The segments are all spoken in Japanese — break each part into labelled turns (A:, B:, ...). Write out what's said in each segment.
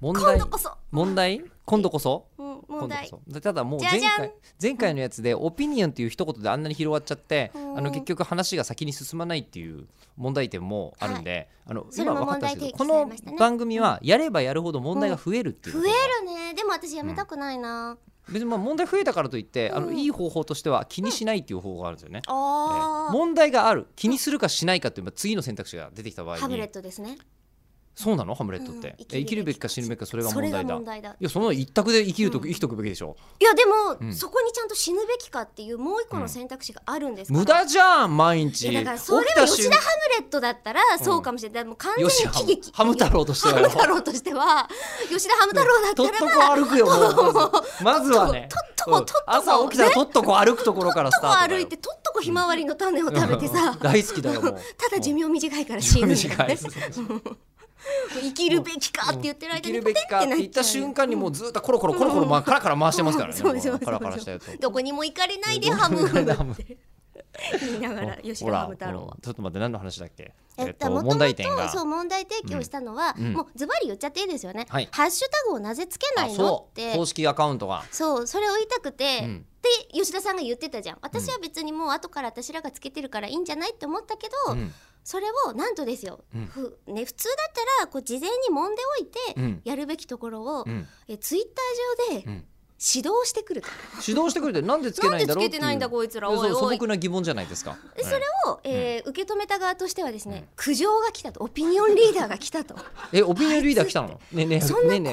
A: 問
B: 今
A: 題
B: 度こそ、
A: 問題今度こそ
B: うん、
A: 今
B: 問
A: 度こ
B: 題
A: そただもう
B: じゃ
A: 前
B: じゃん
A: 回前回のやつでオピニオンっていう一言であんなに広がっちゃって
B: うん
A: あの結局話が先に進まないっていう問題点もあるんであの
B: それ
A: 今
B: も
A: 分かったんですけどこ
B: 問題提起されましたね
A: の番組はやればやるほど問題が増えるっていう
B: 増
A: こ
B: え
A: と
B: るねでも私やめたくないな、
A: 別にまあ問題増えたからといってあ
B: う
A: の
B: ん
A: いい方法としては気にしないっていう方法があるんですよね。え
B: あ
A: ー
B: あ、
A: 問題がある気にするかしないかっていうまあ次の選択肢が出てきた場合
B: ハブレッ
A: に
B: トですね
A: そうなのハムレットっ
B: うん
A: てえ生きるべきか死ぬべきかそれが
B: それ
A: 問
B: が
A: 題だ
B: 問題だ
A: いやその一択で生きると
B: うん
A: 生きとくべきでしょ
B: いやでも、
A: うん
B: そこにちゃんと死ぬべきかっていうもう一個の選択肢があるんですから
A: 無駄じゃん毎日
B: いやだから
A: 起
B: それ
A: き
B: は
A: た
B: 吉
A: 瞬
B: 田ハムレットだったらそうかもしれない、でも完全に
A: よしハム
B: 喜劇
A: ハム太郎としては
B: ハム
A: よ
B: 太郎としては吉田ハム太郎だった
A: とっ
B: ら
A: とこ歩くよもうまずはね
B: とっとこ
A: うん
B: とっとこ
A: 朝起きたら
B: ね
A: とっとこ歩くところからス
B: と
A: ター
B: こ
A: トだ
B: 歩
A: よ
B: いてとっとこひまわりの種を食べてさ、
A: うん大好きだよもう
B: ただ寿命短いから死ぬんだよね生きるべきかって言ってる
A: 生
B: 間
A: き
B: に
A: るべきかって言った瞬間にもうずっとコロコロコロコロまあカラカラ回してますからね
B: そうです
A: も
B: そう
A: う
B: です
A: カラカラしたやつを
B: どこにも行かれないで
A: どこ
B: ハ
A: に
B: ム
A: も行かれないハム
B: って言いながら吉
A: ほ
B: 田
A: ら
B: ハム太郎は
A: うん。ちょっと待って何の話だっけ
B: えっと、もと
A: 問
B: も
A: 題点が
B: とそう問題提起をしたのは、
A: うんうん
B: もうズバリ言っちゃっていいですよね、
A: はい
B: ハッシュタグをなぜつけな
A: あ
B: いの
A: そ
B: っ
A: う
B: て
A: 公式アカウントが
B: そうそれを言いたくて、
A: うん
B: で吉田さんが言ってたじゃん私は別にもう後から私らがつけてるからいいんじゃないって思ったけど、
A: うん
B: それをなんとですよ、
A: うん
B: ふね、普通だったらこう事前に揉んでおいて、
A: うん
B: やるべきところを、
A: うん
B: えツイッター上で
A: うん
B: 指導してくると、
A: 指導してくれてなんでつけ
B: な
A: なんいんだ
B: でつ
A: ろう
B: け
A: って
B: て
A: いう
B: ないんだこいつらおい
A: そう
B: お
A: 素
B: い
A: 朴な疑問じゃないですか
B: でそれを、えー受け止めた側としてはですね、
A: うん
B: 苦情が来たとオピニオンリーダーが来 たと。
A: えオピニオンリーダー来たのねえねえ
B: そん
A: ね
B: な公開
A: え
B: で
A: ね
B: 言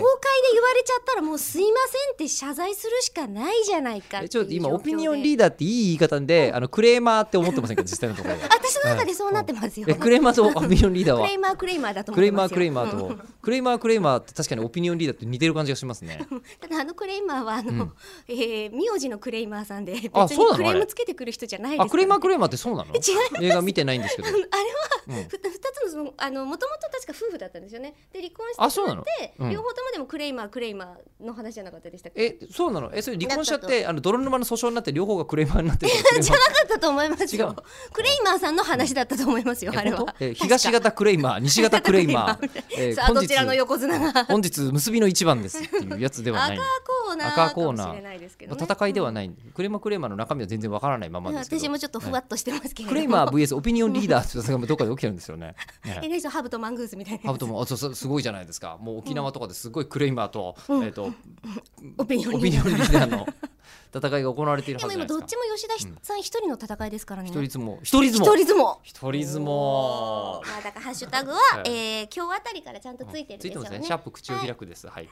A: え
B: われちゃったらもうすいませんって謝罪するしかないじゃないか
A: えちょっと今オピニオン
B: ー
A: リーダーっていい言い方であのクレーマーって思ってませんか実際のところで
B: 私の中でそうなってますよ、
A: えクレーマーとオピニオンリーダー
B: ク
A: は
B: レイマークレイマーだと思
A: ク
B: っ
A: レー
B: て
A: マ
B: ま
A: ー
B: す
A: ク
B: よ
A: レーマー
B: うん
A: とクレーマークレーマーって確かにオピニオンリーダーって似てる感じがします ね
B: ただあのクレイマーはあの、えー名字のクレイマーさんで別
A: あそうなの
B: にクレームつけてくる人じゃないです
A: あクレーマーク
B: レ
A: レーマーってそうなの
B: 違います
A: 映画見てないん ですけど
B: あれは、
A: うん
B: ふ二つのそのあの元々確か夫婦だったんですよねで離婚して
A: あそうなの
B: で
A: うん
B: 両方ともでもクレイマークレイマーの話じゃなかったでしたっけ
A: えそうなのえそれ離婚しちゃっ
B: なった
A: てあの泥沼の訴訟になって両方がクレーマーになってる
B: じゃなかったと思います
A: 違う
B: よ
A: の
B: クレイマーさんの話だったと思いますよあれは
A: え東
B: 確か
A: 型クレイマー西型クレイ マーえー
B: さあどちらの横綱が
A: 本日結びの一番ですっていうやつではない
B: 赤コーナ
A: 赤
B: ー
A: コー
B: か
A: ナー
B: もしれないですけど、ね、
A: 戦いではないクレーマークレーマーの中身は全然わからないま
B: う
A: ま
B: ん、
A: ですけど
B: 私もちょっとふわっとしてますけれども
A: クレイマー VS オピニオンリーダーっていうのがどっかで起きてるんですよ ね。
B: え
A: ね
B: 何それハブとマングースみたいな
A: ハ
B: や
A: ブ
B: つ
A: ともあそうそうすごいじゃないですか。もう沖縄とかですごいクレイマーと、えっ、と
B: オピニオン
A: オ
B: リ
A: ピニ
B: ーダ
A: オンリーダーの 戦いが行われている
B: ー
A: はずじゃな
B: でも今
A: いです
B: ど
A: か。
B: っちも吉田さん一人の戦いですからね
A: 一人相撲一人
B: 一
A: 相撲
B: 人相撲
A: 一人相撲
B: まあだからハッシュタグは、
A: はい
B: えー今日あたりからちゃんとついてるん
A: つ
B: で
A: い
B: す
A: て
B: よ
A: ます
B: ね
A: ね。シャープ口を開くです。はい。